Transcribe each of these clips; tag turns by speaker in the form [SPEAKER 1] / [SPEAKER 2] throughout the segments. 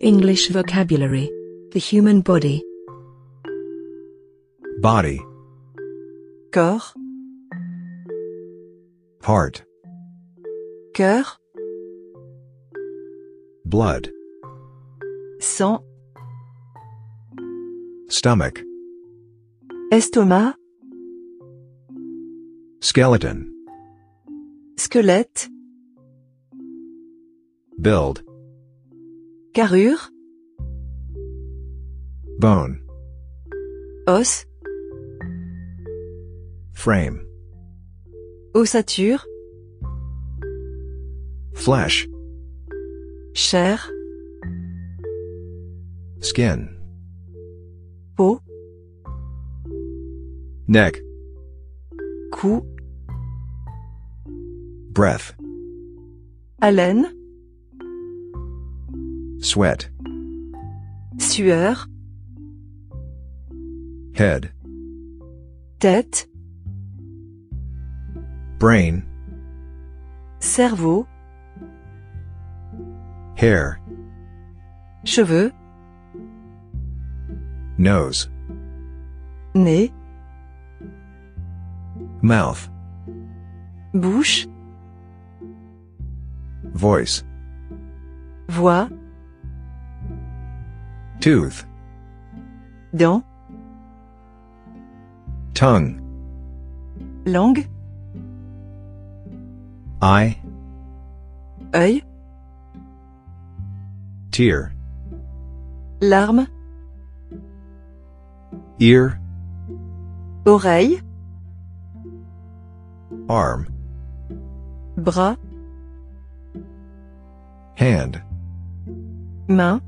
[SPEAKER 1] English vocabulary. The human body,
[SPEAKER 2] body,
[SPEAKER 3] corps,
[SPEAKER 2] part,
[SPEAKER 3] cœur,
[SPEAKER 2] blood,
[SPEAKER 3] sang,
[SPEAKER 2] stomach,
[SPEAKER 3] estomac,
[SPEAKER 2] skeleton,
[SPEAKER 3] squelette,
[SPEAKER 2] build,
[SPEAKER 3] carrure,
[SPEAKER 2] bone,
[SPEAKER 3] os,
[SPEAKER 2] frame,
[SPEAKER 3] ossature,
[SPEAKER 2] flesh,
[SPEAKER 3] chair,
[SPEAKER 2] skin,
[SPEAKER 3] peau,
[SPEAKER 2] neck,
[SPEAKER 3] cou,
[SPEAKER 2] breath,
[SPEAKER 3] haleine,
[SPEAKER 2] sweat,
[SPEAKER 3] sueur,
[SPEAKER 2] head,
[SPEAKER 3] tête,
[SPEAKER 2] brain,
[SPEAKER 3] cerveau,
[SPEAKER 2] hair,
[SPEAKER 3] cheveux,
[SPEAKER 2] nose,
[SPEAKER 3] nez,
[SPEAKER 2] mouth,
[SPEAKER 3] bouche,
[SPEAKER 2] voice,
[SPEAKER 3] voix,
[SPEAKER 2] tooth,
[SPEAKER 3] dents,
[SPEAKER 2] tongue,
[SPEAKER 3] langue,
[SPEAKER 2] eye,
[SPEAKER 3] œil,
[SPEAKER 2] tear,
[SPEAKER 3] larme,
[SPEAKER 2] ear,
[SPEAKER 3] oreille,
[SPEAKER 2] arm,
[SPEAKER 3] bras,
[SPEAKER 2] hand,
[SPEAKER 3] main,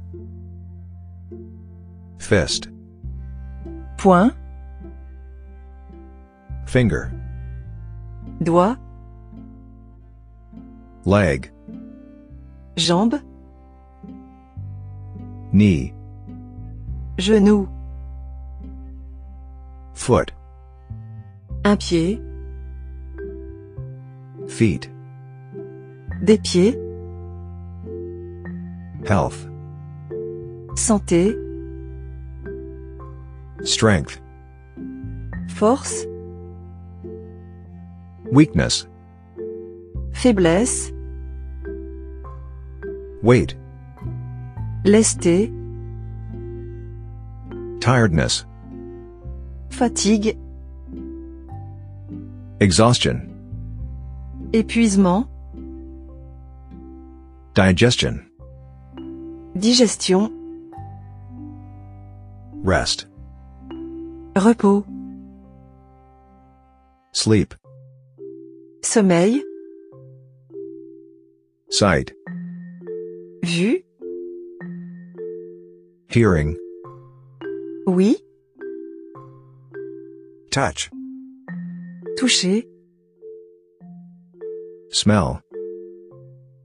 [SPEAKER 2] fist,
[SPEAKER 3] poing,
[SPEAKER 2] finger,
[SPEAKER 3] doigt,
[SPEAKER 2] leg,
[SPEAKER 3] jambe,
[SPEAKER 2] knee,
[SPEAKER 3] genou,
[SPEAKER 2] foot,
[SPEAKER 3] un pied,
[SPEAKER 2] feet,
[SPEAKER 3] des pieds,
[SPEAKER 2] health,
[SPEAKER 3] santé,
[SPEAKER 2] strength,
[SPEAKER 3] force,
[SPEAKER 2] weakness,
[SPEAKER 3] faiblesse,
[SPEAKER 2] weight,
[SPEAKER 3] lesté,
[SPEAKER 2] tiredness,
[SPEAKER 3] fatigue,
[SPEAKER 2] exhaustion,
[SPEAKER 3] épuisement,
[SPEAKER 2] digestion,
[SPEAKER 3] digestion,
[SPEAKER 2] rest,
[SPEAKER 3] repos,
[SPEAKER 2] sleep,
[SPEAKER 3] sommeil,
[SPEAKER 2] sight,
[SPEAKER 3] vue,
[SPEAKER 2] hearing,
[SPEAKER 3] oui,
[SPEAKER 2] touch,
[SPEAKER 3] toucher,
[SPEAKER 2] smell,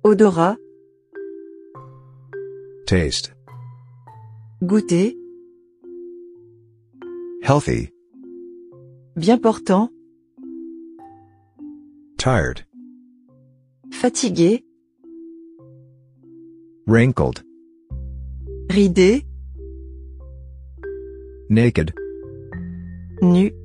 [SPEAKER 3] odorat,
[SPEAKER 2] taste,
[SPEAKER 3] goûter,
[SPEAKER 2] healthy,
[SPEAKER 3] bien portant,
[SPEAKER 2] tired,
[SPEAKER 3] fatigué,
[SPEAKER 2] wrinkled,
[SPEAKER 3] ridé,
[SPEAKER 2] naked,
[SPEAKER 3] nu,